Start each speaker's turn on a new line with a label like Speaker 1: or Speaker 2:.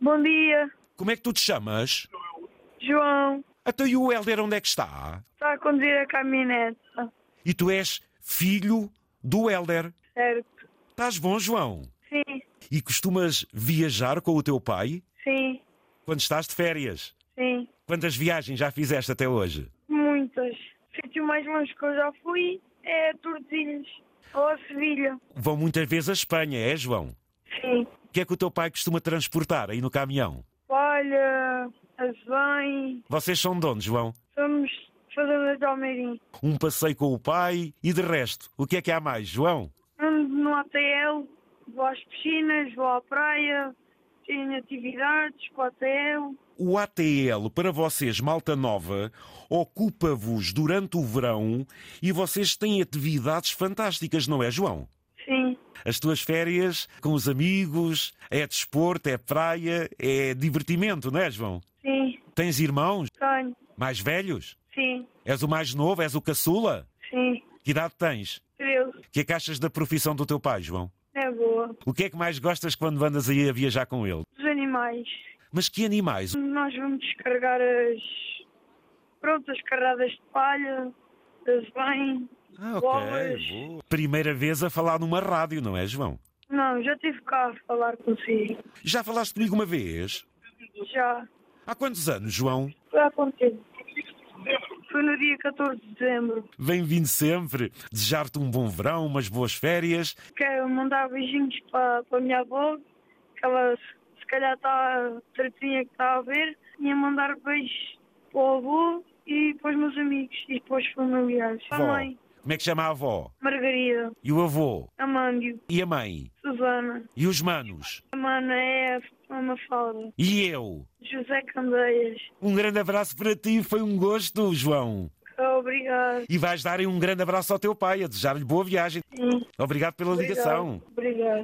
Speaker 1: Bom dia,
Speaker 2: Como é que tu te chamas?
Speaker 1: João.
Speaker 2: Até e o Helder onde é que está?
Speaker 1: Está a conduzir a Ah, caminhoneta.
Speaker 2: E tu és filho do Helder.
Speaker 1: Certo.
Speaker 2: Estás bom, João?
Speaker 1: Sim,
Speaker 2: E costumas viajar com o teu pai
Speaker 1: sim,
Speaker 2: quando estás de férias?
Speaker 1: sim.
Speaker 2: Quantas viagens já fizeste até hoje?
Speaker 1: Muitas. O sítio mais longe que eu já fui é Tordesilhas ou a Sevilha.
Speaker 2: Vão muitas vezes à Espanha, é, João?
Speaker 1: Sim.
Speaker 2: O que é que o teu pai costuma transportar aí no caminhão?
Speaker 1: Olha, Azém,
Speaker 2: Vocês são de onde, João?
Speaker 1: somos fazendas de Almeirim.
Speaker 2: Um passeio com o pai e de resto. O que é que há mais, João?
Speaker 1: Ando no ATL, vou às piscinas, vou à praia, tenho atividades com o ATL.
Speaker 2: O ATL, para vocês, malta nova, ocupa-vos durante o verão e vocês têm atividades fantásticas, não é, João?
Speaker 1: Sim,
Speaker 2: As tuas férias com os amigos, é desporto, é praia, é divertimento, não é, João?
Speaker 1: sim,
Speaker 2: Tens irmãos
Speaker 1: tenho.
Speaker 2: mais velhos?
Speaker 1: Sim,
Speaker 2: És o mais novo? És o caçula?
Speaker 1: sim.
Speaker 2: Que idade tens?
Speaker 1: Deus,
Speaker 2: O que é que achas da profissão do teu pai, João?
Speaker 1: é boa.
Speaker 2: O que é que mais gostas quando andas aí a viajar com ele?
Speaker 1: Os animais.
Speaker 2: Mas que animais?
Speaker 1: Nós vamos descarregar as. Pronto, as carradas de palha, as bem.
Speaker 2: Ah,
Speaker 1: bolas.
Speaker 2: Primeira vez a falar numa rádio, não é, João?
Speaker 1: Não, já tive cá a falar consigo.
Speaker 2: Já falaste comigo uma vez?
Speaker 1: Já.
Speaker 2: Há quantos anos, João?
Speaker 1: Foi há quanto tempo? Foi no dia 14 de dezembro.
Speaker 2: Bem-vindo sempre. Desejar-te um bom verão, umas boas férias.
Speaker 1: Quero mandar beijinhos para, para a minha avó, que ela se se calhar está certinha que está a ver. E a mandar beijos para o avô e para os meus amigos e para os familiares. A
Speaker 2: Vó,
Speaker 1: mãe,
Speaker 2: como é que chama a avó?
Speaker 1: Margarida,
Speaker 2: E o avô?
Speaker 1: Amândio,
Speaker 2: E a mãe?
Speaker 1: Susana.
Speaker 2: E os manos?
Speaker 1: A mana é a Mafalda.
Speaker 2: E eu?
Speaker 1: José Candeias.
Speaker 2: Um grande abraço para ti, foi um gosto, João.
Speaker 1: Obrigado.
Speaker 2: E vais dar aí um grande abraço ao teu pai, a desejar-lhe boa viagem.
Speaker 1: Sim.
Speaker 2: Obrigado pela ligação.
Speaker 1: Obrigado. Obrigado.